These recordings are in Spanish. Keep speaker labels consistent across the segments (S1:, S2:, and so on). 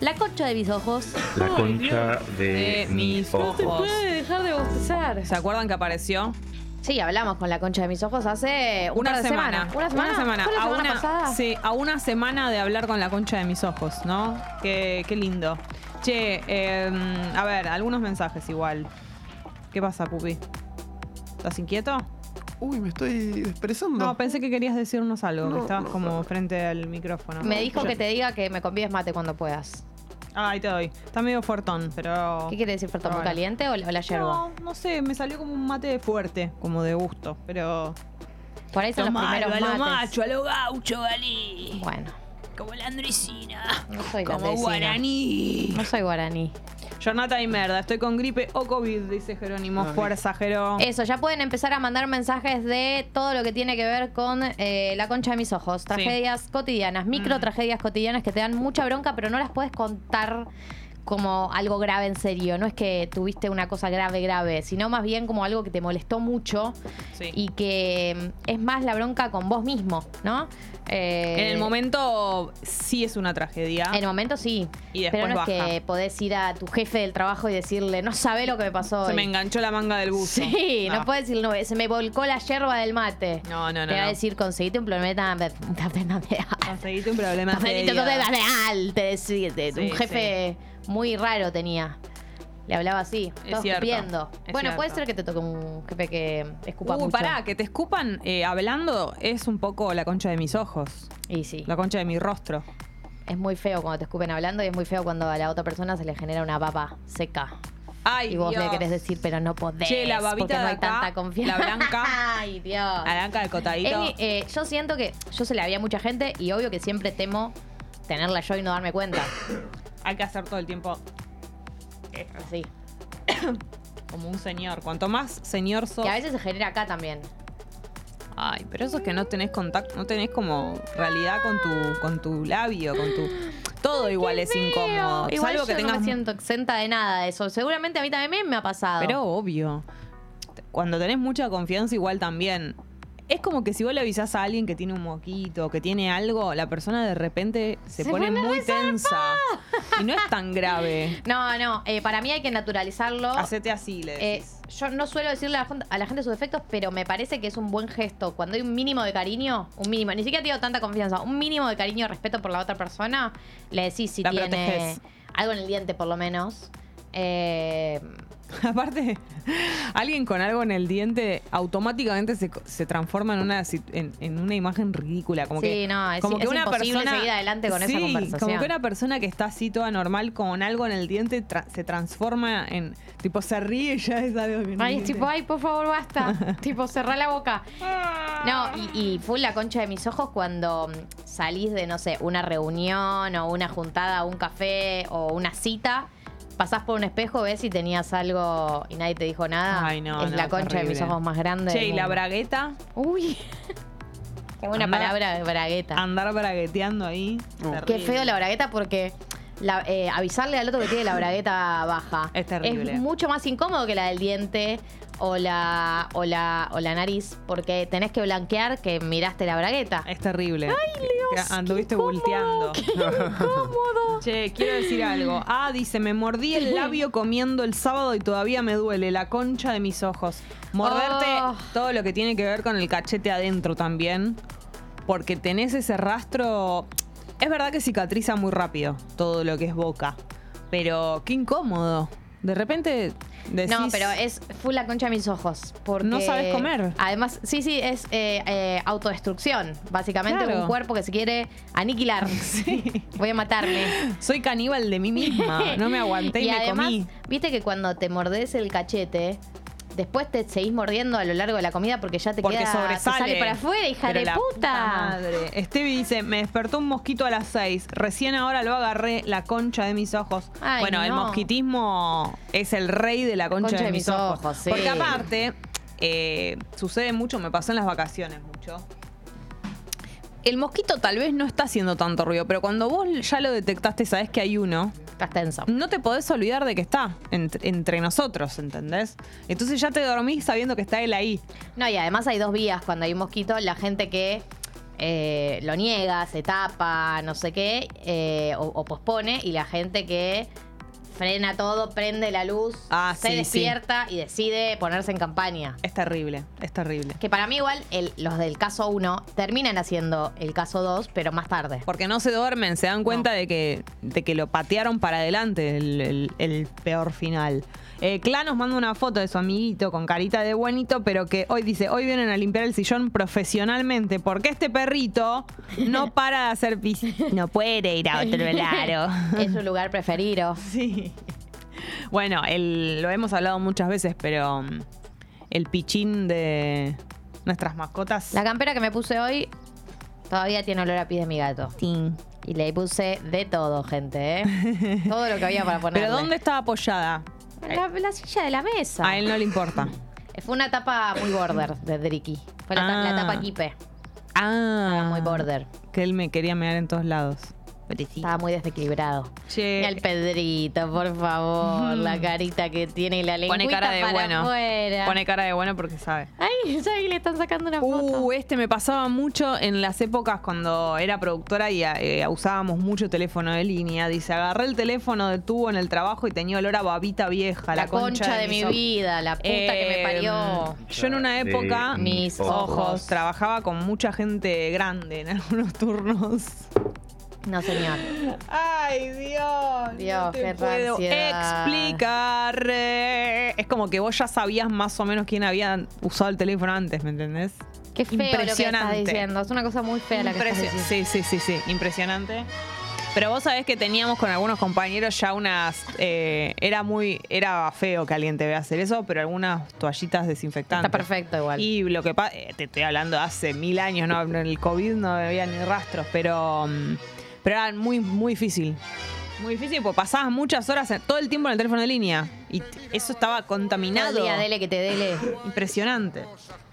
S1: La concha de mis ojos.
S2: La concha
S3: De
S2: de,
S3: mis
S2: mis
S3: ojos.
S2: ojos.
S3: No te puede
S4: dejar de bostezar.
S3: ¿Se acuerdan que apareció?
S1: Sí, hablamos con la concha de mis ojos hace un
S3: Una
S1: par de
S3: semana.
S1: semanas. Una semana. ¿Fue la
S3: A
S1: semana
S3: una,
S1: pasada?
S3: Sí, a una semana de hablar con la concha de mis ojos, ¿no? Qué, qué lindo. Che, eh, a ver, algunos mensajes igual. ¿Qué pasa, Pupi? ¿Estás inquieto?
S5: Uy, me estoy expresando.
S3: No, pensé que querías decirnos algo, que
S5: No,
S3: estabas
S5: no,
S3: como
S5: no.
S3: frente al micrófono.
S1: Me dijo que te diga que me convides mate cuando puedas.
S3: Ah, ahí te doy. Está medio fuertón, pero...
S1: ¿Qué quiere decir Fertón?
S3: Ah,
S1: ¿Muy
S3: bueno.
S1: caliente o la, o la yerba?
S3: No, no sé, me salió como un mate fuerte, como de gusto, pero...
S1: Por ahí son los
S3: Tomalo,
S1: primeros
S3: a lo
S1: mates.
S3: macho, a lo gaucho, Gali.
S1: Bueno,
S3: Como la andresina.
S1: no soy tan
S3: Como
S1: vecina.
S3: guaraní.
S1: No soy guaraní.
S3: Jornata y merda, estoy con gripe o COVID, dice Jerónimo. Fuerza, Jero.
S1: Eso, ya pueden empezar a mandar mensajes de todo lo que tiene que ver con eh, la concha de mis ojos. Tragedias cotidianas, micro
S3: Mm.
S1: tragedias cotidianas que te dan mucha bronca, pero no las puedes contar como algo grave en serio. No es que tuviste una cosa grave, grave, sino más bien como algo que te molestó mucho
S3: Sí.
S1: y que mm, es más la bronca con vos mismo, ¿no? Eh,
S3: en el momento sí es una tragedia.
S1: En el momento sí.
S3: Y después
S1: pero no es
S3: baja.
S1: que podés ir a tu jefe del trabajo y decirle, no sabe lo que me pasó.
S3: Se
S1: hoy".
S3: me enganchó la manga del buzo.
S1: Sí, no,
S3: Ah.
S1: puedes decir, no, se me volcó la yerba del mate.
S3: No, no, no,
S1: Te va a
S3: no.
S1: decir, conseguite un planeta de
S3: Conseguiste un problema serio.
S1: al. Te decía, te-
S3: Sí,
S1: un jefe muy raro tenía. Le hablaba así,
S3: Es
S1: todos
S3: cierto,
S1: escupiendo.
S3: es
S1: Bueno, puede
S3: cierto.
S1: ser que te toque un jefe que escupa
S3: Uy,
S1: mucho.
S3: Uh, pará, que te escupan eh, hablando es un poco la concha de mis ojos,
S1: Y sí,
S3: la concha de mi rostro.
S1: es muy feo cuando te escupen hablando y es muy feo cuando a la otra persona se le genera una papa seca.
S3: Ay,
S1: Y vos le
S3: Dios.
S1: querés decir, pero no podés.
S3: Che, la babita
S1: porque no
S3: de
S1: hay
S3: acá,
S1: tanta confianza.
S3: la blanca.
S1: Ay, Dios.
S3: Aranca del cotadito.
S1: Es que, eh, yo siento que yo se la había a mucha gente y obvio que siempre temo tenerla yo y no darme cuenta.
S3: Hay que hacer todo el tiempo
S1: Así.
S3: como un señor. Cuanto más señor sos.
S1: Que a veces se genera acá también.
S3: Ay, pero eso es que no tenés contacto, no tenés como realidad con tu, con tu labio, con tu. Todo igual es incómodo.
S1: Igual
S3: salvo que
S1: yo
S3: tengas.
S1: no me siento exenta de nada de eso. Seguramente a mí también me ha pasado.
S3: Pero obvio. Cuando tenés mucha confianza, igual también. Es como que si vos le avisás a alguien que tiene un moquito, que tiene algo, la persona de repente se,
S1: Se
S3: pone
S1: pone
S3: muy tensa. Y no es tan grave.
S1: No, no. eh, para mí hay que naturalizarlo.
S3: Hacete así, le
S1: Oh. Eh,
S3: decís.
S1: yo no suelo decirle a la, gente, a la gente sus defectos, pero me parece que es un buen gesto. Cuando hay un mínimo de cariño, un mínimo, ni siquiera te digo tanta confianza, un mínimo de cariño y respeto por la otra persona, le decís si
S3: La
S1: tiene
S3: protegés.
S1: algo en el diente, por lo menos. Eh,
S3: Aparte, alguien con algo en el diente automáticamente se, co- se transforma en una, sit- en, en una imagen ridícula. Como
S1: Sí,
S3: que,
S1: no, es- es imposible seguir adelante con esa
S3: Sí, Como
S1: conversación.
S3: que una persona que está así toda normal con algo en el diente tra- se transforma en. Tipo, se ríe y ya es algo que no
S1: ay, es
S3: tiene.
S1: tipo, ay, por favor, basta. tipo, cerrá la boca.
S3: Ah.
S1: No, y, y full la concha de mis ojos cuando mm, salís de, no sé, una reunión o una juntada, un café o una cita. Pasás por un espejo, ves si tenías algo y nadie te dijo nada.
S3: Ay, no,
S1: Es
S3: no,
S1: la concha de mis
S3: terrible.
S1: ojos más grande.
S3: Che,
S1: del
S3: y la
S1: mundo.
S3: bragueta,
S1: Uy. Qué buena
S3: Andá-
S1: palabra, bragueta.
S3: andar bragueteando ahí.
S5: Oh.
S1: Qué
S3: terrible.
S1: feo la bragueta porque la- eh, avisarle al otro que tiene la bragueta baja
S3: Es terrible.
S1: Es mucho más incómodo que la del diente o la, o la, o la nariz porque tenés que blanquear que miraste la bragueta.
S3: Es terrible. Ay, Dios. Anduviste volteando. Che, quiero decir algo. Ah, dice, me mordí el labio comiendo el sábado y todavía me duele la concha de mis ojos. Morderte
S1: Oh.
S3: todo lo que tiene que ver con el cachete adentro también. Porque tenés ese rastro. Es verdad que cicatriza muy rápido todo lo que es boca. Pero qué incómodo. De repente decís.
S1: No, pero es full la concha de mis ojos. Porque
S3: No sabes comer.
S1: Además, sí, sí, es eh, eh, autodestrucción. Básicamente
S3: Claro.
S1: un cuerpo que se quiere aniquilar.
S3: Sí.
S1: Voy a matarme.
S3: Soy caníbal de mí misma. Ah, No me aguanté y, me
S1: además,
S3: comí.
S1: viste que cuando te mordés el cachete, después te seguís mordiendo a lo largo de la comida porque ya te
S3: Porque
S1: queda, te
S3: sobresale.
S1: sale para afuera, hija
S3: Pero
S1: de
S3: la
S1: puta.
S3: madre. Stevie dice, me despertó un mosquito a las 6. Recién ahora lo agarré, la concha de mis ojos.
S1: Ay,
S3: bueno, el
S1: no.
S3: mosquitismo es el rey de la concha,
S1: Concha
S3: de,
S1: de
S3: mis
S1: mis
S3: ojos.
S1: ojos, sí.
S3: Porque aparte, eh, sucede mucho, me pasó en las vacaciones mucho. El mosquito tal vez no está haciendo tanto ruido, pero cuando vos ya lo detectaste, sabes que hay uno,
S1: Estás tenso.
S3: no te podés olvidar de que está entre, entre nosotros, ¿entendés? Entonces ya te dormís sabiendo que está él ahí.
S1: No, y además hay dos vías cuando hay un mosquito, la gente que eh, lo niega, se tapa, no sé qué, eh, o, o pospone, y la gente que frena todo, prende la luz,
S3: Ah,
S1: se
S3: sí, sí.
S1: despierta y decide ponerse en campaña.
S3: Es terrible, es terrible.
S1: Que para mí igual el- los del caso 1 terminan haciendo el caso 2, pero más tarde.
S3: Porque no se duermen, se dan cuenta de, que, de que lo patearon para adelante el, el- el peor final. Eh, Cla nos manda una foto de su amiguito con carita de buenito, pero que hoy dice, hoy vienen a limpiar el sillón profesionalmente porque este perrito no para de hacer pis. No puede ir a otro lado.
S1: es su lugar preferido.
S3: Sí. Bueno, el- lo hemos hablado muchas veces, pero mm, el pichín de nuestras mascotas...
S1: La campera que me puse hoy todavía tiene olor a pis de mi gato.
S3: Sí.
S1: Y le puse de todo, gente, ¿eh? Todo lo que había para ponerle.
S3: ¿Pero dónde está apoyada?
S1: La, la silla de la mesa. Eh,
S3: A él no le importa.
S1: Fue una tapa muy border de Driki. Fue la, ta-
S3: Ah.
S1: la tapa Kipe.
S3: Ah,
S1: Estaba muy border.
S3: Que él me quería mear en todos lados.
S1: Estaba muy desequilibrado.
S3: Che,
S1: Mira el Pedrito, por favor. La carita que tiene y la lengüita
S3: pone cara de
S1: para
S3: bueno.
S1: afuera.
S3: Pone cara de bueno porque sabe.
S1: Ay, ya ahí le están sacando una foto.
S3: Uh, este me pasaba mucho en las épocas cuando era productora y eh, usábamos mucho teléfono de línea. Dice, agarré el teléfono de tubo en el trabajo y tenía olor a babita vieja, la,
S1: la concha, de mi
S3: mis ojos.
S1: vida, la puta que me
S3: Eh,
S1: parió.
S3: Yo en una
S2: De
S3: época,
S1: mis
S3: ojos,
S1: ojos.
S3: trabajaba con mucha gente grande en algunos turnos.
S1: No, señor.
S3: Ay, Dios.
S1: Dios,
S3: no
S1: qué
S3: te puedo
S1: ansiedad.
S3: explicar. Eh, Es como que vos ya sabías más o menos quién había usado el teléfono antes, ¿me entendés?
S1: Qué feo lo que estás
S3: Impresionante.
S1: diciendo. Es una cosa muy fea la que estás
S3: Impresio-
S1: diciendo.
S3: sí, sí, sí, sí. Impresionante. Pero vos sabés que teníamos con algunos compañeros ya unas. eh, era muy. Era feo que alguien te vea hacer eso, pero algunas toallitas desinfectantes.
S1: Está perfecto igual.
S3: Y lo que pasa, te estoy hablando de hace mil años, ¿no? En el COVID no había ni rastros, pero, mm, pero era muy, muy difícil. Muy difícil porque pasabas muchas horas en- todo el tiempo en el teléfono de línea. Y t- eso estaba
S1: Todo el
S3: contaminado.
S1: día, dele que te dele.
S3: Impresionante.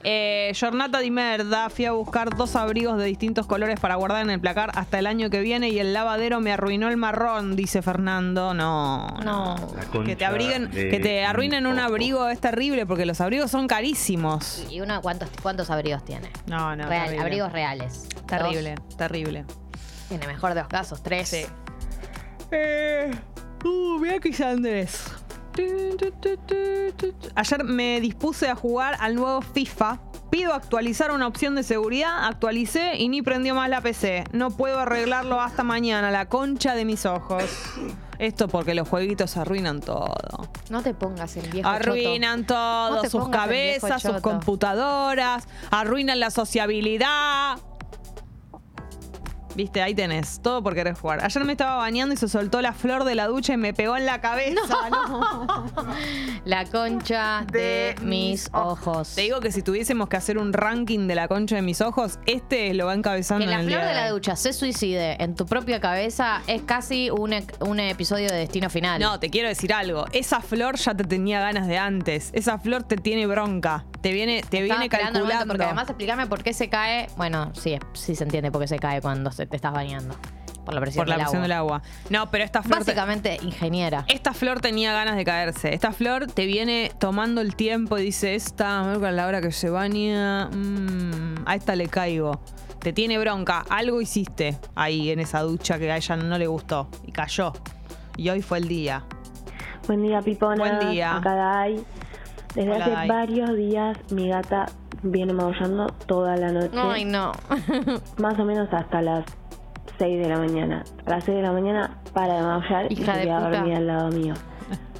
S3: Eh, Jornata di merda, fui a buscar dos abrigos de distintos colores para guardar en el placar hasta el año que viene y el lavadero me arruinó el marrón, dice Fernando. No, no.
S1: No.
S2: La concha
S3: Que te abriguen,
S2: de
S3: que te arruinen un
S2: mi ojo.
S3: abrigo es terrible porque los abrigos son carísimos.
S1: ¿Y uno cuántos, cuántos abrigos tiene?
S3: No, no.
S1: Real,
S3: terrible.
S1: abrigos reales.
S3: Terrible, terrible.
S1: Dos, en el mejor de los casos, tres.
S3: Sí. Eh, uh, mira que ya Andrés. Tu, tu, tu, tu, tu, tu. Ayer me dispuse a jugar al nuevo FIFA. Pido actualizar una opción de seguridad, actualicé y ni prendió más la PC. No puedo arreglarlo hasta mañana, la concha de mis ojos. Esto porque los jueguitos arruinan todo.
S1: No te pongas en viejo
S3: Arruinan todo,
S1: No te
S3: sus
S1: pongas el viejo
S3: cabezas, sus
S1: choto.
S3: computadoras, arruinan la sociabilidad. Viste, ahí tenés, todo por querer jugar. Ayer me estaba bañando y se soltó la flor de la ducha y me pegó en la cabeza. ¿no?
S1: choto. La concha de,
S3: De
S1: mis
S3: mis
S1: ojos.
S3: Te digo que si tuviésemos que hacer un ranking de la concha de mis ojos, este lo va encabezando.
S1: que la
S3: en el
S1: flor
S3: día
S1: de la
S3: hoy.
S1: ducha se suicide en tu propia cabeza es casi un, e- un episodio de Destino Final.
S3: No, te quiero decir algo. Esa flor ya te tenía ganas de antes. Esa flor te tiene bronca. Te viene, te
S1: Estaba
S3: viene
S1: esperando el momento,
S3: calculando.
S1: Porque además explícame por qué se cae. Bueno, sí, sí se entiende por qué se cae cuando se- te estás bañando. Por la presión,
S3: por la
S1: del,
S3: presión del
S1: agua.
S3: agua. Eh, No, pero esta flor. te-
S1: Básicamente, ingeniera.
S3: Esta flor tenía ganas de caerse. Esta flor te viene tomando el tiempo y dice, esta, a la hora que se baña, mm, a esta le caigo. Te tiene bronca. Algo hiciste ahí en esa ducha que a ella no le gustó y cayó. Y hoy fue el día.
S4: Buen día, Pipona.
S3: Buen día.
S4: Acá Dai. Desde
S3: Hola,
S4: hace
S3: Dai.
S4: varios días mi gata viene maullando toda la noche.
S1: Ay, no.
S4: Más o menos hasta las 6 de la mañana. A las 6 de la mañana para de maullar
S1: Hija
S4: y
S1: de
S4: se queda
S1: puta.
S4: dormida al lado mío.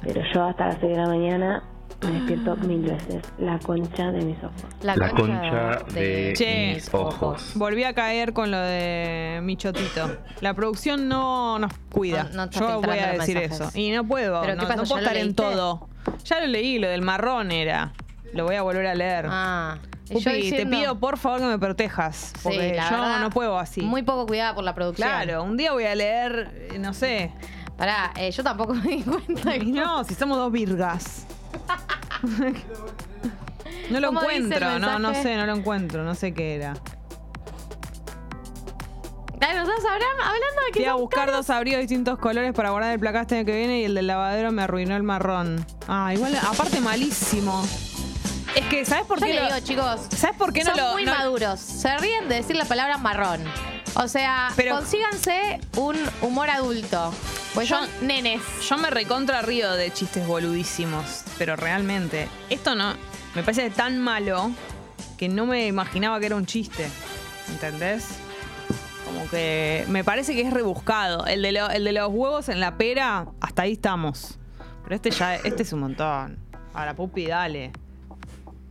S4: Pero yo hasta las 6 de la mañana me despierto mil veces. La concha de mis ojos.
S2: La concha de
S3: Che.
S2: mis ojos.
S3: Volví a caer con lo de mi chotito. La producción no nos cuida.
S1: No- no está
S3: Yo voy a
S1: filtrando los
S3: decir
S1: mensajes.
S3: eso. Y no puedo,
S1: ¿Pero
S3: no,
S1: qué pasó?
S3: no
S1: ¿Ya
S3: puedo
S1: lo
S3: estar en
S1: leíste?
S3: todo. Ya lo leí, lo del marrón era. Lo voy a volver a leer.
S1: Ah. y yo
S3: Pupi, te
S1: diciendo-
S3: pido por favor que me protejas.
S1: Sí,
S3: Porque
S1: la
S3: yo
S1: verdad,
S3: no puedo así.
S1: Muy poco cuidada por la producción.
S3: claro, un día voy a leer, eh, no sé.
S1: Pará, eh, yo tampoco me di cuenta.
S3: Y No, si somos dos virgas. no lo
S1: ¿Cómo dice el
S3: encuentro, no, no
S1: mensaje?
S3: sé, no lo encuentro, no sé qué era.
S1: Claro, nosotros habrá- hablando de que
S3: Fui a
S1: son
S3: buscar
S1: caros.
S3: dos abrigos de distintos colores para guardar el placar este año que viene y el del lavadero me arruinó el marrón. Ah, igual, aparte malísimo. Es que, ¿sabes por
S1: Yo
S3: qué?
S1: le
S3: lo-
S1: digo, chicos,
S3: ¿Sabes por qué no
S1: son
S3: lo.?
S1: muy
S3: no-
S1: maduros. Se ríen de decir la palabra marrón. O sea,
S3: Pero-
S1: consíganse un humor adulto. Pues
S3: Yo-
S1: son nenes.
S3: Yo me recontra río de chistes boludísimos, pero realmente, esto no. Me parece tan malo que no me imaginaba que era un chiste. ¿Entendés? Como que me parece que es rebuscado. El de, lo- el de los huevos en la pera, hasta ahí estamos. Pero este ya, este es un montón. Ahora, Pupi, dale.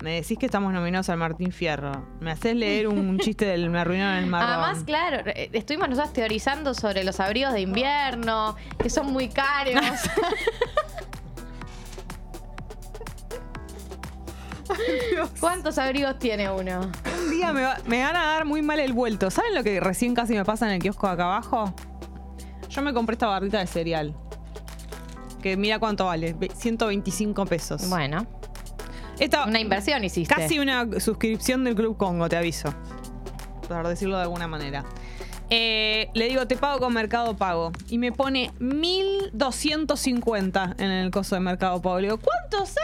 S3: Me decís que estamos nominados al Martín Fierro. Me haces leer un chiste del Me arruinaron el marrón.
S1: Además, claro, eh, estuvimos nosotros teorizando sobre los abrigos de invierno, que son muy caros. ¿Cuántos abrigos tiene uno?
S3: Un día me, va- me van a dar muy mal el vuelto. ¿Saben lo que recién casi me pasa en el kiosco de acá abajo? Yo me compré esta barrita de cereal. Que mira cuánto vale, ve- 125 pesos.
S1: Bueno,
S3: Esta-
S1: una inversión hiciste.
S3: Ah, Casi una suscripción del Club Congo, te aviso. Por decirlo de alguna manera. Eh, le digo, te pago con Mercado Pago. Y me pone 1250 en el coso de Mercado Pago. Le digo, ¿cuánto sale?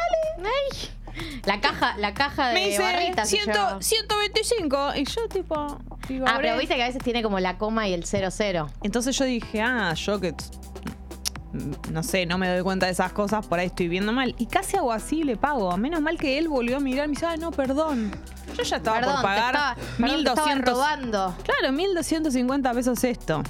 S1: La caja, la caja de
S3: me dice
S1: barritas. se
S3: 100
S1: llevó.
S3: 125. Y yo, tipo. digo,
S1: Ah, pero
S3: "Habré-
S1: viste que a veces tiene como la coma y el cero cero.
S3: Entonces yo dije, ah, yo que t- no sé, no me doy cuenta de esas cosas, por ahí estoy viendo mal. Y casi hago así y le pago. Menos mal que él volvió a mirar y me dice, ah, no, perdón. Yo ya estaba
S1: Perdón,
S3: por
S1: te
S3: pagar
S1: estaba- perdón, te estaba
S3: 1200.
S1: robando.
S3: Claro, 1250 pesos esto.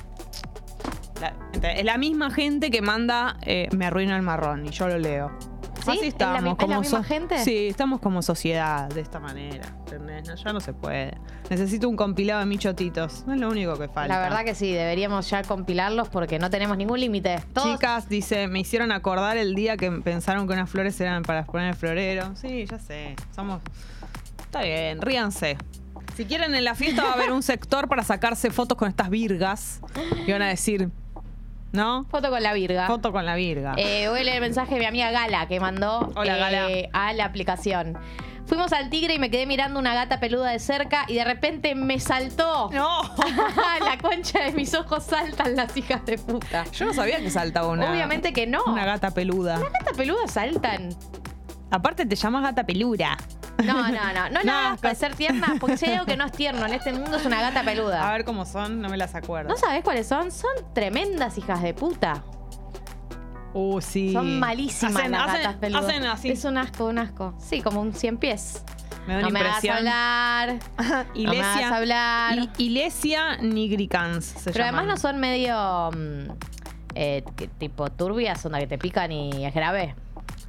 S3: La- ente- es la misma gente que manda eh, Me arruino el marrón y yo lo leo.
S1: ¿Sí? ¿Es
S3: Así
S1: la
S3: estamos.
S1: mi- es la
S3: como
S1: misma
S3: so-
S1: gente?
S3: Sí, estamos como sociedad de esta manera. ¿entendés? No, ya no se puede. Necesito un compilado de michotitos. No es lo único que falta.
S1: La verdad que sí, deberíamos ya compilarlos porque no tenemos ningún límite. Todos
S3: Chicas, dice, me hicieron acordar el día que pensaron que unas flores eran para poner en el florero. Sí, ya sé. Somos. Está bien, ríanse. Si quieren, en la fiesta va a haber un sector para sacarse fotos con estas virgas. Y van a decir, ¿no?
S1: foto con la virga.
S3: Foto con la virga.
S1: Ah. Eh, voy a leer el mensaje de mi amiga Gala que mandó
S3: Hola,
S1: eh, a la aplicación. Fuimos al tigre y me quedé mirando una gata peluda de cerca y de repente me saltó.
S3: No.
S1: la concha de mis ojos saltan las hijas de puta.
S3: Yo no sabía que saltaba una.
S1: Obviamente que no.
S3: Una gata peluda.
S1: Gata peluda saltan.
S3: Aparte, te llamas gata pelura.
S1: No, no, no. No,
S3: No,
S1: nada para
S3: cos-
S1: ser tierna, porque si hay algo que no es tierno en este mundo es una gata peluda.
S3: A ver cómo son, no me las acuerdo.
S1: ¿No sabés cuáles son? Son tremendas hijas de puta.
S3: Uh, sí.
S1: Son malísimas
S3: Hacen-
S1: las
S3: hacen-
S1: gatas peludas.
S3: Hacen así.
S1: Es un asco, un asco. Sí, como un cien pies.
S3: Me da
S1: no
S3: una
S1: me hagas
S3: impresión.
S1: hablar. No me hagas
S3: Ilesia.
S1: hablar.
S3: I- Ilesia nigricans se
S1: Pero además
S3: llaman.
S1: no son medio mm, eh, que- tipo turbias, onda que te pican y es grave.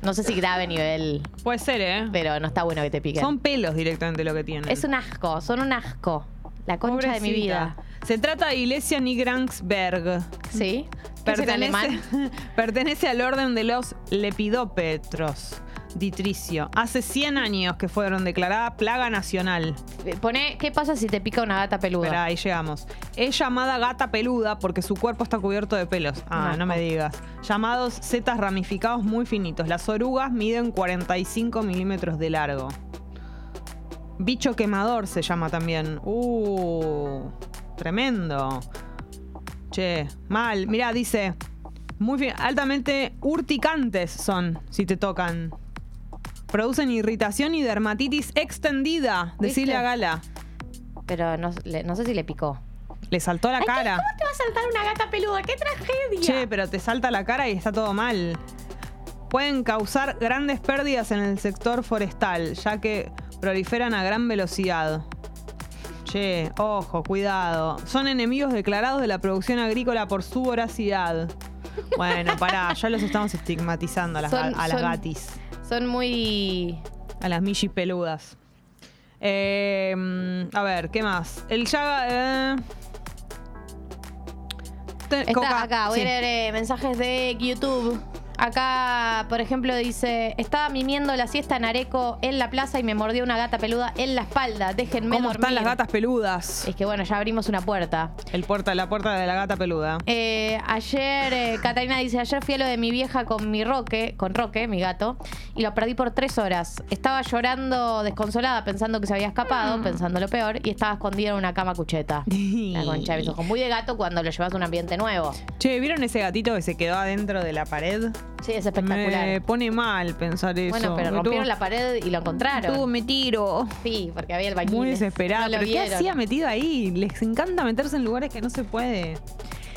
S1: No sé si grave nivel,
S3: Puede ser, ¿eh?
S1: pero no está bueno que te piquen.
S3: Son pelos directamente lo que tienen.
S1: Es un asco, son un asco. La concha
S3: Pobrecita.
S1: de mi vida.
S3: Se trata de Ilesia nigransberg.
S1: ¿Sí? ¿Qué es en
S3: Pertenece,
S1: alemán?
S3: pertenece al orden de los lepidópetros. Ditricio. Hace 100 años que fueron declarada plaga nacional.
S1: Eh, Pone, ¿qué pasa si te pica una gata peluda?
S3: Esperá, ahí llegamos. Es llamada gata peluda porque su cuerpo está cubierto de pelos. Ah,
S1: Ajá.
S3: no me digas. Llamados setas ramificados muy finitos. Las orugas miden 45 milímetros de largo. Bicho quemador se llama también. Uh, tremendo. Che, mal. Mirá, dice. Muy fi- altamente urticantes son si te tocan. Producen irritación y dermatitis extendida. Decile
S1: ¿Viste?
S3: a Gala.
S1: Pero no, le- no sé si le picó.
S3: Le saltó la cara.
S1: te va a saltar una gata peluda? ¡Qué tragedia!
S3: Che, pero te salta la cara y está todo mal. Pueden causar grandes pérdidas en el sector forestal, ya que proliferan a gran velocidad. Che, ojo, cuidado. Son enemigos declarados de la producción agrícola por su voracidad. Bueno, pará, ya los estamos estigmatizando a las,
S1: Son-
S3: ga- a las
S1: son-
S3: gatis,
S1: Son muy.
S3: a las millis peludas. Eh, mm, a ver, ¿qué más? El yaga... eh. Te-
S1: Está
S3: coca-
S1: acá, voy
S3: sí.
S1: a leer eh, mensajes de YouTube. Acá, por ejemplo, dice: Estaba mimiendo la siesta en Areco en la plaza y me mordió una gata peluda en la espalda. Déjenme
S3: ¿Cómo están
S1: dormir".
S3: las gatas peludas?
S1: Es que bueno, ya abrimos una puerta.
S3: El puerta, la puerta de la gata peluda.
S1: Eh, ayer, eh, Catalina dice, ayer fui a lo de mi vieja con mi Roque, con Roque, mi gato, y lo perdí por tres horas. Estaba llorando desconsolada, pensando que se había escapado,
S3: Mm.
S1: pensando lo peor, y estaba escondida en una cama cucheta. La concha de mis ojos. Muy de gato cuando lo llevas a un ambiente nuevo.
S3: Che, ¿vieron ese gatito que se quedó adentro de la pared?
S1: Sí, es espectacular.
S3: Me pone mal pensar eso.
S1: Bueno, pero
S3: Me
S1: rompieron
S3: tuvo-
S1: la pared y lo encontraron.
S3: Tuvo, me tiro.
S1: Sí, porque había el bañil.
S3: Muy desesperada. ¿Pero qué hacía
S1: me
S3: metido ahí? Les encanta meterse en lugares que no se puede.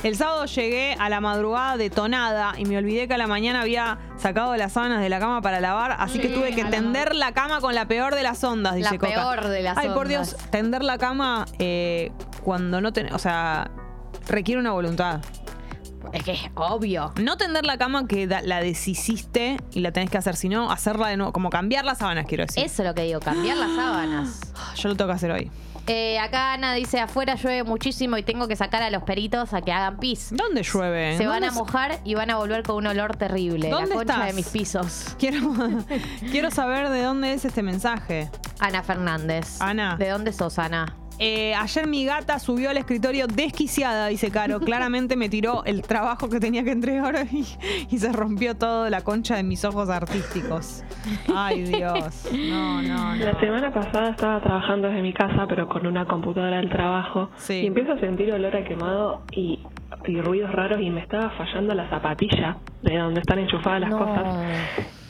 S3: El sábado llegué a la madrugada detonada y me olvidé que a la mañana había sacado las sábanas de la cama para lavar, así que
S1: Mm,
S3: tuve que tender la cama con la peor de las ondas,
S1: La
S3: dice Coca.
S1: peor de las
S3: Ay, por Dios,
S1: ondas.
S3: tender la cama eh, cuando no tenés, o sea, requiere una voluntad.
S1: Es que es obvio.
S3: No tender la cama que da- la deshiciste y la tenés que hacer, sino hacerla de nuevo, como cambiar las sábanas, quiero decir.
S1: Eso es lo que digo, cambiar las sábanas.
S3: Yo lo tengo que hacer hoy.
S1: Eh, acá Ana dice, afuera llueve muchísimo y tengo que sacar a los peritos a que hagan pis.
S3: ¿Dónde llueve?
S1: Se van
S3: ¿Dónde
S1: a mojar y van a volver con un olor terrible. La
S3: ¿Dónde
S1: concha
S3: estás?
S1: de mis pisos.
S3: Quiero, quiero saber de dónde es este mensaje.
S1: Ana Fernández.
S3: Ana.
S1: ¿De dónde sos, Ana?
S3: Eh, ayer mi gata subió al escritorio desquiciada, dice Caro. Claramente me tiró el trabajo que tenía que entregar y, y se rompió todo la concha de mis ojos artísticos. Ay, Dios. No, no, no.
S4: La semana pasada estaba trabajando desde mi casa, pero con una computadora del trabajo.
S3: Sí.
S4: Y empiezo a sentir olor a quemado y, y ruidos raros y me estaba fallando la zapatilla de donde están enchufadas las cosas.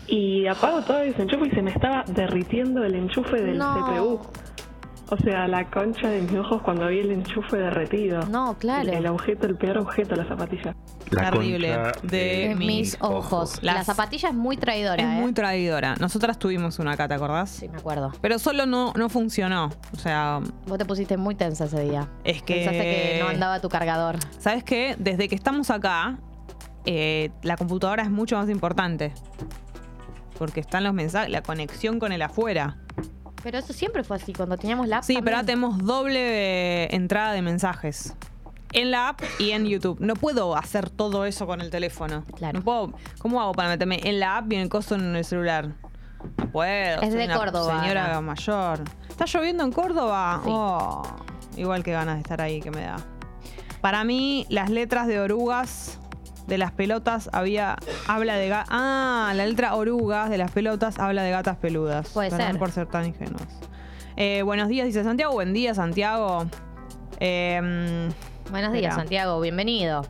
S4: Y apago todo el desenchufe y se me estaba derritiendo el enchufe del
S1: No.
S4: CPU. O sea, la concha de mis ojos cuando vi el enchufe derretido.
S1: No, claro.
S4: El, el objeto, el peor objeto, la zapatilla.
S2: La
S3: Terrible.
S2: concha
S3: De
S1: De mis ojos. La
S3: Las-
S1: zapatilla es muy traidora,
S3: Es
S1: ¿eh?
S3: muy traidora. Nosotras tuvimos una cata, ¿acordás?
S1: Sí, me acuerdo.
S3: Pero solo no, no funcionó. O sea,
S1: Vos te pusiste muy tensa ese día.
S3: Es que-
S1: Pensaste que no andaba tu cargador.
S3: ¿sabes qué? Desde que estamos acá, eh, la computadora es mucho más importante. Porque están los mensajes, la conexión con el afuera.
S1: Pero eso siempre fue así, cuando teníamos la app
S3: Sí, pero ahora
S1: también.
S3: tenemos doble eh, entrada de mensajes. En la app y en YouTube. No puedo hacer todo eso con el teléfono.
S1: Claro.
S3: No puedo- ¿Cómo hago para meterme en la app y en el coso en el celular? No puedo.
S1: Es
S3: soy
S1: de
S3: una
S1: Córdoba,
S3: Señora
S1: Ana.
S3: mayor. ¿Está lloviendo en Córdoba?
S1: Sí.
S3: Oh, igual que ganas de estar ahí que me da. Para mí, las letras de orugas de las pelotas había. Habla de. ga- Ah, la letra orugas de las pelotas habla de gatas peludas.
S1: Puede
S3: Perdón
S1: ser.
S3: por ser tan ingenuos. Eh, buenos días, dice Santiago. Buen día, Santiago. Eh,
S1: Buenos días,
S3: Espera.
S1: Santiago. Bienvenido.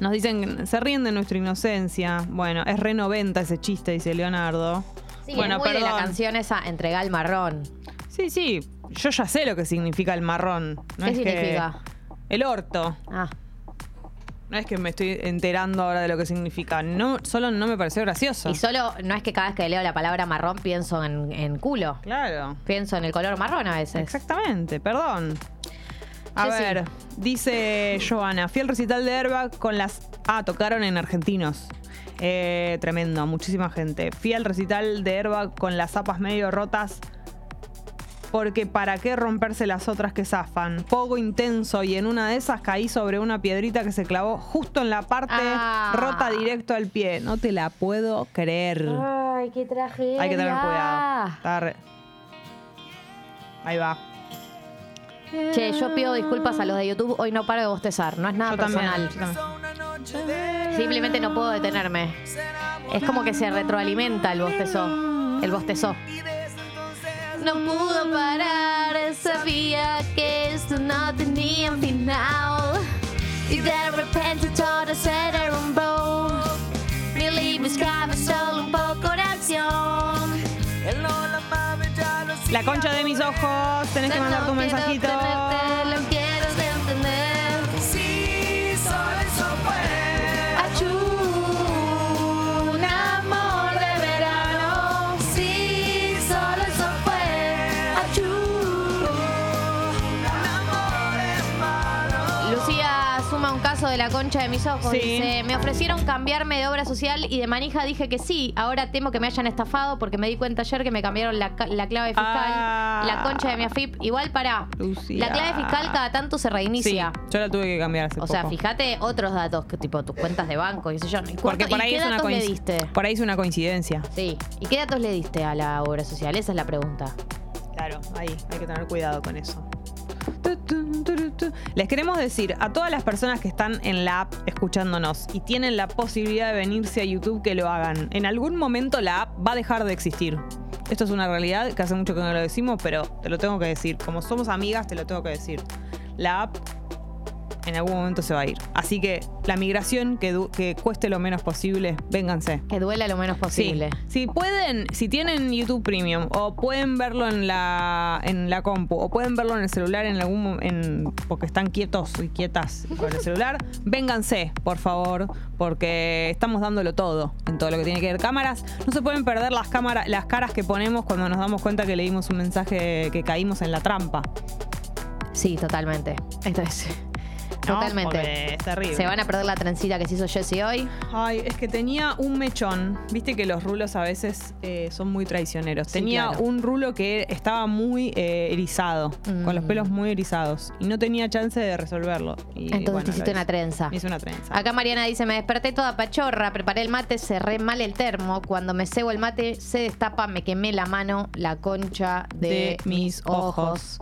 S3: nos dicen, se ríen de nuestra inocencia. Bueno, es re 90 ese chiste, dice Leonardo.
S1: Sí,
S3: bueno,
S1: es muy de la canción esa, entrega el marrón.
S3: Sí, sí. Yo ya sé lo que significa el marrón. No
S1: ¿Qué
S3: es que-
S1: significa?
S3: el orto.
S1: Ah,
S3: No es que me estoy enterando ahora de lo que significa. No, solo no me pareció gracioso.
S1: y solo, no es que cada vez que leo la palabra marrón pienso en, en culo.
S3: Claro.
S1: Pienso en el color marrón a veces.
S3: Exactamente, perdón. A
S1: Yo sí.
S3: ver, dice Joana, fui al recital de Airbag con las... Ah, tocaron en Argentinos. Eh, tremendo, muchísima gente. Fui al recital de Airbag con las zapas medio rotas. Porque para qué romperse las otras que zafan. Poco intenso y en una de esas caí sobre una piedrita que se clavó justo en la parte
S1: Ah.
S3: rota directo al pie. No te la puedo creer.
S1: Ay, qué tragedia.
S3: Hay que tener cuidado. Está re- Ahí va.
S1: Che, yo pido disculpas a los de YouTube. Hoy no paro de bostezar. No es nada
S3: Yo también,
S1: personal.
S3: yo también.
S1: Simplemente no puedo detenerme. Es como que se retroalimenta el bostezo. El bostezo. No pudo parar, sabía que esto no tenía final. Y de repente todo se derrumbó. Mi libro escapa solo un poco de acción.
S3: La concha de mis ojos, tenés que mandar tu
S1: No quiero
S3: mensajito.
S1: tenerte, lo quiero entender. Achú, un amor de verano. Sí, solo eso fue. Achú, Lucía suma un caso de la concha de mis ojos.
S3: Sí.
S1: Dice, me ofrecieron cambiarme de obra social y de manija dije que sí. Ahora temo que me hayan estafado porque me di cuenta ayer que me cambiaron la, ca- la clave fiscal,
S3: Ah.
S1: la concha de mi AFIP. Igual para
S3: Lucía.
S1: la clave fiscal cada tanto se
S3: Sí,
S1: reinicia.
S3: yo la tuve que cambiar hace
S1: O sea,
S3: poco.
S1: fíjate otros datos, que tipo tus cuentas de banco, y sé yo. ¿Y cuánto-
S3: Porque por
S1: y
S3: ahí,
S1: qué
S3: es una
S1: datos le
S3: coinci-
S1: diste?
S3: por ahí es una coincidencia.
S1: Sí. ¿Y qué datos le diste a la obra social? Esa es la pregunta.
S3: Claro, ahí hay que tener cuidado con eso. Tu, tu, tu, tu. Les queremos decir a todas las personas que están en la app escuchándonos y tienen la posibilidad de venirse a YouTube que lo hagan. En algún momento la app va a dejar de existir. Esto es una realidad que hace mucho que no lo decimos, pero te lo tengo que decir. Como somos amigas, te lo tengo que decir. La app en algún momento se va a ir. Así que la migración que, du- que cueste lo menos posible, vénganse.
S1: Que duela lo menos posible.
S3: Sí. Si pueden, si tienen YouTube Premium o pueden verlo en la en la compu o pueden verlo en el celular en algún mo- en porque están quietos y quietas con el celular, vénganse, por favor, porque estamos dándolo todo en todo lo que tiene que ver cámaras. No se pueden perder las cámaras, las caras que ponemos cuando nos damos cuenta que leímos un mensaje que caímos en la trampa.
S1: Sí, totalmente. Esto es.
S3: ¿no?
S1: Totalmente.
S3: Porque Es terrible.
S1: Se van a perder la trencita que se hizo Jesse hoy.
S3: Ay, es que tenía un mechón. Viste que los rulos a veces eh, son muy traicioneros.
S1: Sí,
S3: tenía
S1: claro.
S3: un rulo que estaba muy eh, erizado, con los
S1: Mm.
S3: pelos muy erizados. Y no tenía chance de resolverlo. Y,
S1: Entonces
S3: bueno,
S1: te
S3: lo
S1: hiciste una
S3: hice.
S1: trenza.
S3: Me hice una trenza.
S1: Acá Mariana dice, me desperté toda pachorra, preparé el mate, cerré mal el termo. Cuando me cebo el mate, se destapa, me quemé la mano, la concha de,
S3: De mis
S1: mis ojos.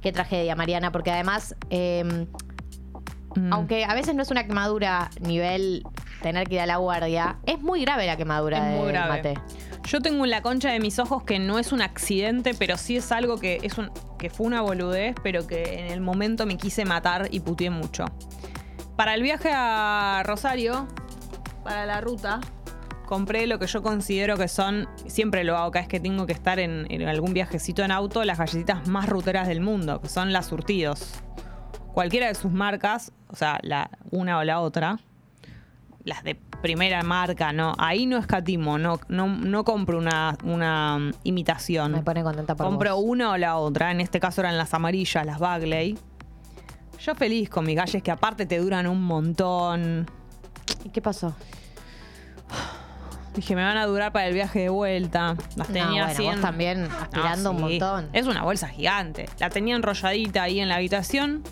S1: Qué tragedia, Mariana, porque además, eh,
S3: Mm.
S1: aunque a veces no es una quemadura nivel tener que ir a la guardia, es muy grave la quemadura
S3: Es muy
S1: del
S3: grave.
S1: mate.
S3: Yo tengo la concha de mis ojos que no es un accidente, pero sí es algo que es un que fue una boludez, pero que en el momento me quise matar y puteé mucho. Para el viaje a Rosario, para la ruta, compré lo que yo considero que son, siempre lo hago cada vez que tengo que estar en, en algún viajecito en auto, las galletitas más ruteras del mundo, que son las surtidos. Cualquiera de sus marcas, o sea, la una o la otra las de primera marca, no, ahí no escatimo, no, no, no compro una, una mm, imitación.
S1: Me pone contenta por
S3: compro
S1: vos.
S3: una o la otra, en este caso eran las amarillas, las Bagley. Yo feliz con mis galles que aparte te duran un montón.
S1: ¿Y qué pasó?
S3: Dije, me van a durar para el viaje de vuelta. Las
S1: No,
S3: tenía
S1: bueno,
S3: así
S1: vos
S3: en-
S1: también
S3: No,
S1: aspirando un
S3: sí.
S1: montón.
S3: Es una bolsa gigante. La tenía enrolladita ahí en la habitación,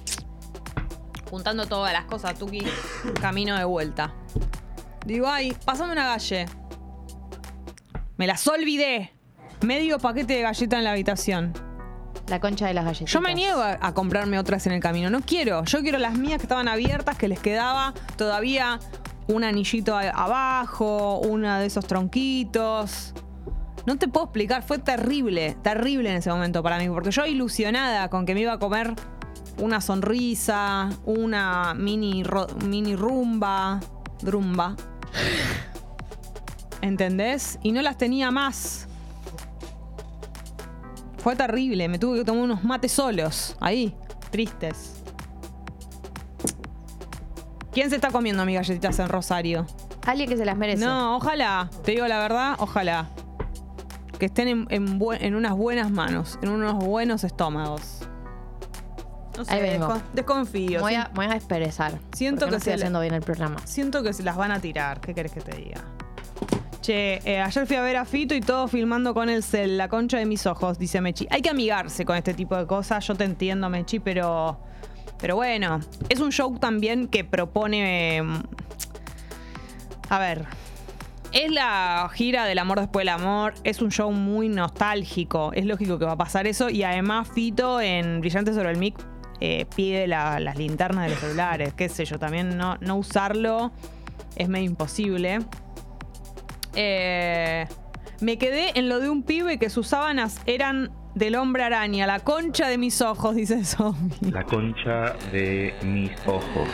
S3: juntando todas las cosas, Tuki, camino de vuelta. Digo, ay, pasame una galle. Me las olvidé. Medio paquete de galleta en la habitación.
S1: La concha de las galletitas.
S3: Yo me niego a, a comprarme otras en el camino. No quiero. Yo quiero las mías que estaban abiertas, que les quedaba todavía un anillito a- abajo, una de esos tronquitos. No te puedo explicar, fue terrible, terrible en ese momento para mí, porque yo ilusionada con que me iba a comer una sonrisa, una mini, ro- mini rumba, drumba. ¿Entendés? Y no las tenía más. Fue terrible, me tuve que tomar unos mates solos, ahí, tristes. ¿Quién se está comiendo mis galletitas en Rosario?
S1: Alguien que se las merece.
S3: No, ojalá, te digo la verdad, ojalá. Que estén en, en buen- en unas buenas manos, en unos buenos estómagos. No sé,
S1: Ahí vengo.
S3: descon- desconfío.
S1: voy,
S3: sí.
S1: a, me voy a esperezar.
S3: Siento
S1: porque
S3: que
S1: no estoy
S3: se le-
S1: haciendo bien el programa.
S3: Siento que se las van a tirar, ¿qué querés que te diga? Che, eh, ayer fui a ver a Fito y todo filmando con el cel, la concha de mis ojos, dice Mechi. Hay que amigarse con este tipo de cosas, yo te entiendo, Mechi, pero. Pero bueno, es un show también que propone. eh, a ver. Es la gira del amor después del amor, es un show muy nostálgico, es lógico que va a pasar eso y además Fito en Brillantes sobre el Mic eh, pide la- las linternas de los celulares, qué sé yo, también no, no usarlo es medio imposible. Eh, me quedé en lo de un pibe que sus sábanas eran del hombre araña, la concha de mis ojos, dice Zombie.
S2: La concha de mis ojos.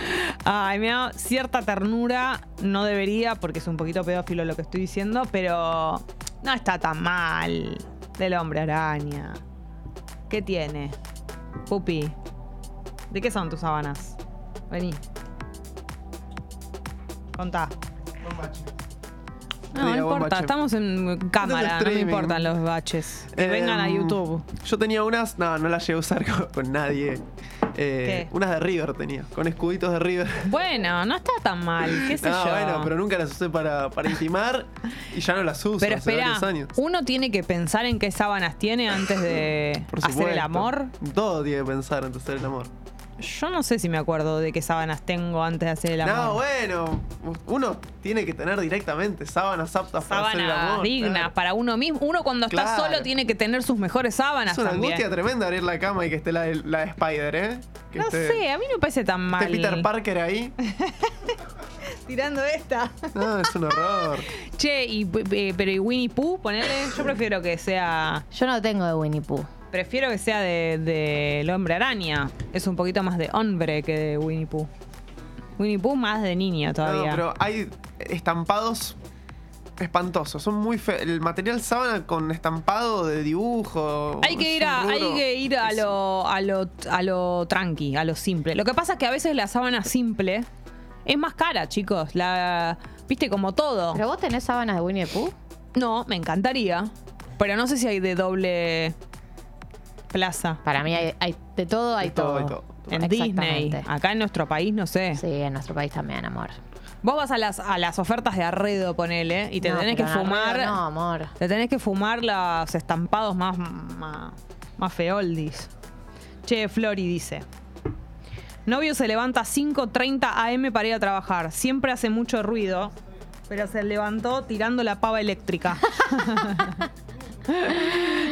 S3: Ay, me da cierta ternura, no debería porque es un poquito pedófilo lo que estoy diciendo, pero no está tan mal del hombre araña. ¿Qué tiene? Pupi, ¿de qué son tus sábanas? Vení. Contá. No, no
S5: Diga, buen
S3: importa,
S5: bache.
S3: estamos en cámara, no me
S5: streaming.
S3: importan los baches. Que
S5: Eh,
S3: vengan a YouTube.
S5: Yo tenía unas, no, no las llegué a usar con, con nadie. Eh,
S3: ¿Qué?
S5: Unas de River tenía, con escuditos de River.
S3: Bueno, no está tan mal, qué sé
S5: no,
S3: yo.
S5: bueno, pero nunca las usé para, para intimar y ya no las uso
S3: Pero
S5: hace
S3: espera,
S5: varios años.
S3: uno tiene que pensar en qué sábanas tiene antes de
S5: Por
S3: hacer el
S5: supuesto.
S3: amor.
S5: Todo tiene que pensar antes de hacer el amor.
S3: Yo no sé si me acuerdo de qué sábanas tengo antes de hacer el amor.
S5: No, bueno, uno tiene que tener directamente sábanas aptas para hacer el
S3: Sábanas
S5: amor.
S3: dignas
S5: claro.
S3: para uno mismo. Uno cuando está
S5: Claro.
S3: solo tiene que tener sus mejores sábanas
S5: Es una
S3: también.
S5: angustia tremenda abrir la cama y que esté la, de- la de Spider, ¿eh? Que
S3: No
S5: esté,
S3: sé, a mí no me parece tan mal.
S5: esté Peter Parker ahí.
S3: Tirando esta.
S5: No, es un horror.
S3: Che, y, eh, pero ¿y Winnie Pooh? Ponele. Yo prefiero que sea.
S1: Yo no tengo de Winnie Pooh.
S3: prefiero que sea del de, El hombre araña. Es un poquito más de hombre que de Winnie Pooh. Winnie Pooh más de niño todavía.
S5: No, pero hay estampados espantosos. Son muy feos. El material sábana con estampado de dibujo.
S3: Hay que
S5: es
S3: ir a,
S5: un
S3: hay
S5: rubro
S3: que ir a lo, a lo, a lo tranqui, a lo simple. Lo que pasa es que a veces la sábana simple es más cara, chicos. La viste como todo.
S1: ¿Pero vos tenés sábanas de Winnie the Pooh?
S3: No, me encantaría. Pero no sé si hay de doble plaza.
S1: Para mí hay, hay de todo, hay
S5: De todo,
S1: todo.
S5: hay todo.
S3: En Disney. ah.
S1: Exactamente.
S3: Acá en nuestro país, no sé.
S1: Sí, en nuestro país también, amor.
S3: Vos vas a las, a las ofertas de arredo, ponele, y te
S1: No,
S3: tenés que
S1: pero en
S3: fumar.
S1: Arredo No, amor.
S3: Te tenés que fumar los estampados más, más, más feoldis. Che, Flori dice. Novio se levanta 5.30 am para ir a trabajar. Siempre hace mucho ruido, pero se levantó tirando la pava eléctrica.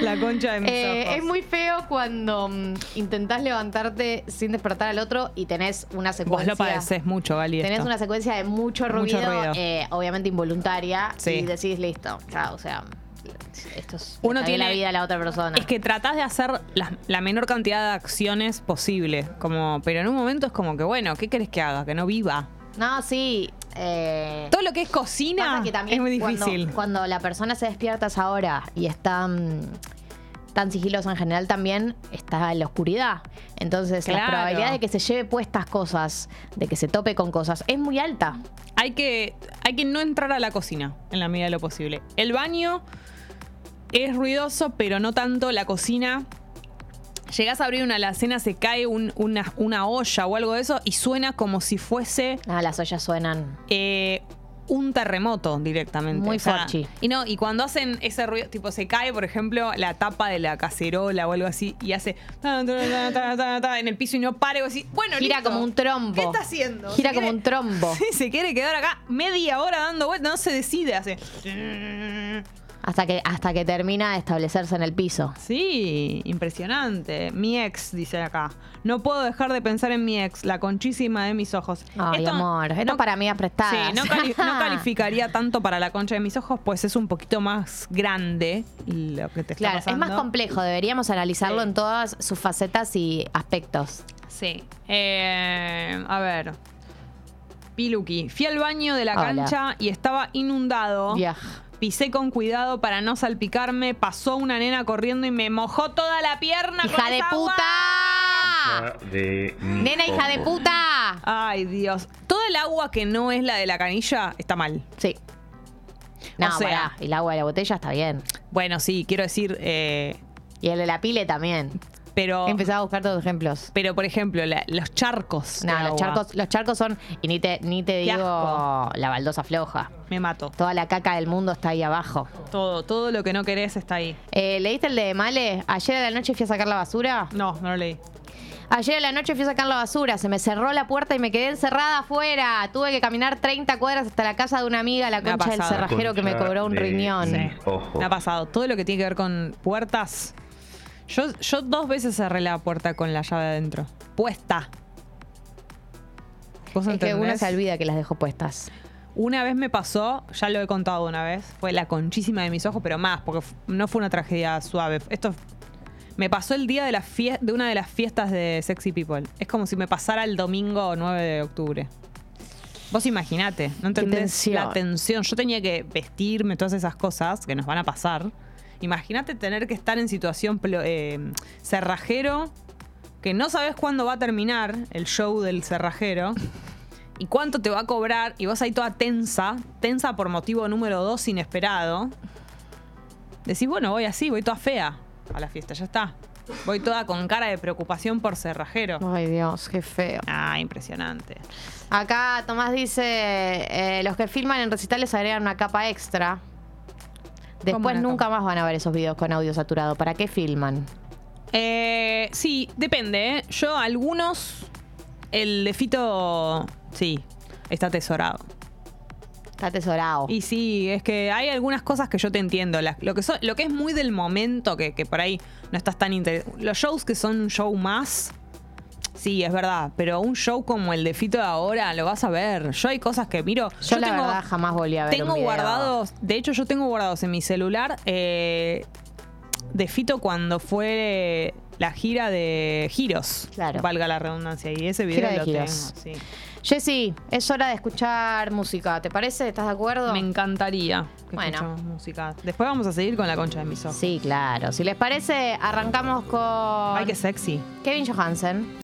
S3: la concha de mis
S1: Eh,
S3: ojos.
S1: es muy feo cuando mm, intentás levantarte sin despertar al otro y tenés una
S3: Vos
S1: secuencia.
S3: lo padeces mucho, Gali.
S1: Tenés
S3: esto.
S1: una secuencia de mucho
S3: Mucho
S1: ruido,
S3: ruido.
S1: eh, obviamente involuntaria,
S3: Sí.
S1: y decís listo. ya, o sea, esto es le
S3: Uno
S1: cagué
S3: tiene-
S1: la vida a la otra persona.
S3: Es que tratás de hacer las- la menor cantidad de acciones posible. Como, pero en un momento es como que, bueno, ¿qué querés que haga? Que no viva.
S1: no, sí. eh,
S3: Todo lo que es cocina
S1: Pasa que también
S3: es muy
S1: cuando-
S3: difícil.
S1: Cuando, la persona se despierta a esa hora y está mm, tan sigilosa en general también, está en la oscuridad. Entonces la
S3: Claro.
S1: probabilidad de que se lleve puestas cosas, de que se tope con cosas, es muy alta.
S3: hay, que, hay que no entrar a la cocina en la medida de lo posible. El baño es ruidoso, pero no tanto la cocina. Llegás a abrir una alacena, se cae un- una, una olla o algo de eso y suena como si fuese
S1: Ah, las ollas suenan.
S3: eh, un terremoto directamente.
S1: Muy forchi.
S3: Y no, y cuando hacen ese ruido, tipo se cae, por ejemplo, la tapa de la cacerola o algo así, y hace ta, ta, ta, ta, ta, ta, en el piso y no para, y vos decís, bueno,
S1: Gira
S3: listo.
S1: como un trombo.
S3: ¿Qué está haciendo?
S1: Gira
S3: Se
S1: como
S3: quiere-
S1: un trombo.
S3: Sí, se quiere quedar acá media hora dando vueltas, no se decide, hace.
S1: Hasta que, hasta que termina de establecerse en el piso.
S3: Sí, impresionante. Mi ex, dice acá. No puedo dejar de pensar en mi ex, la conchísima de mis ojos.
S1: Ay, amor, esto para amigas prestadas.
S3: Sí, no, cali- no calificaría tanto para la concha de mis ojos, pues es un poquito más grande lo que te
S1: Claro,
S3: está
S1: es
S3: pasando.
S1: más complejo, deberíamos analizarlo
S3: Sí.
S1: en todas sus facetas y aspectos.
S3: Sí. Eh, a ver. Piluki. Fui al baño de la
S1: Hola.
S3: cancha y estaba inundado.
S1: Viaj.
S3: Pisé con cuidado para no salpicarme. Pasó una nena corriendo y me mojó toda la pierna. con
S1: ¡Hija de
S3: esa agua.
S1: puta!
S2: De mis
S1: ¡Nena, hija de
S2: ojos.
S1: puta!
S3: Ay, Dios. Toda el agua que no es la de la canilla está mal.
S1: Sí. No,
S3: O sea-
S1: pará, el agua de la botella está bien.
S3: Bueno, sí, quiero decir. eh,
S1: Y el de la pile también.
S3: pero.
S1: He empezado a buscar todos los ejemplos.
S3: Pero, por ejemplo, la- los charcos. de
S1: No, los
S3: agua.
S1: charcos, los charcos son, y ni te, ni te
S3: Qué
S1: digo
S3: asco.
S1: la baldosa floja.
S3: Me mato.
S1: Toda la caca del mundo está ahí abajo.
S3: Todo, todo lo que no querés está ahí.
S1: Eh, ¿Leíste el de Male? Ayer a la noche fui a sacar la basura.
S3: No, no lo leí.
S1: Ayer a la noche fui a sacar la basura, se me cerró la puerta y me quedé encerrada afuera. Tuve que caminar 30 cuadras hasta la casa de una amiga, la
S3: Me ha
S1: concha del
S3: pasado.
S1: cerrajero que me
S2: Concha
S1: cobró un
S2: de
S1: riñón.
S2: mis
S3: Sí.
S2: ojos.
S3: Me ha pasado. Todo lo que tiene que ver con puertas. Yo, yo dos veces cerré la puerta con la llave adentro. Puesta. ¿Vos
S1: Es que uno
S3: entendés?
S1: se olvida que las dejó puestas.
S3: Una vez me pasó, ya lo he contado una vez, fue la conchísima de mis ojos, pero más, porque f- no fue una tragedia suave. Esto f- me pasó el día de, la fie- de una de las fiestas de Sexy People. Es como si me pasara el domingo 9 de octubre. Vos imaginate, ¿no entendés
S1: tensión.
S3: la tensión? Yo tenía que vestirme, todas esas cosas que nos van a pasar. Imagínate tener que estar en situación plo- eh, cerrajero, que no sabes cuándo va a terminar el show del cerrajero y cuánto te va a cobrar. Y vos ahí toda tensa, tensa por motivo número dos inesperado. Decís, bueno, voy así, voy toda fea a la fiesta, ya está. Voy toda con cara de preocupación por cerrajero.
S1: Ay Dios, qué feo.
S3: Ah, impresionante.
S1: Acá Tomás dice, eh, los que filman en recitales agregan una capa extra. Después
S3: una
S1: nunca
S3: capa?
S1: más van a ver esos videos con audio saturado. ¿Para qué filman?
S3: Eh, sí, depende. ¿eh? Yo algunos, el de Fito, sí, está atesorado.
S1: Está atesorado.
S3: Y sí, es que hay algunas cosas que yo te entiendo. Las- lo, que so- lo que es muy del momento, que, que por ahí no estás tan interesado. Los shows que son un show más, sí, es verdad. Pero un show como el de Fito de ahora, lo vas a ver. Yo hay cosas que miro.
S1: Yo, la verdad jamás volví a ver
S3: Tengo
S1: un video.
S3: guardados, de hecho yo tengo guardados en mi celular eh, de Fito cuando fue la gira de giros.
S1: Claro.
S3: Valga la redundancia. Y ese
S1: Gira
S3: video
S1: de
S3: lo
S1: giros.
S3: tengo. sí.
S1: Jessy, es hora de escuchar música. ¿Te parece? ¿Estás de acuerdo?
S3: Me encantaría que
S1: Bueno.
S3: escuchemos música. Después vamos a seguir con la concha de mis ojos.
S1: Sí, claro. Si les parece, arrancamos con
S3: Ay, qué sexy.
S1: Kevin Johansen.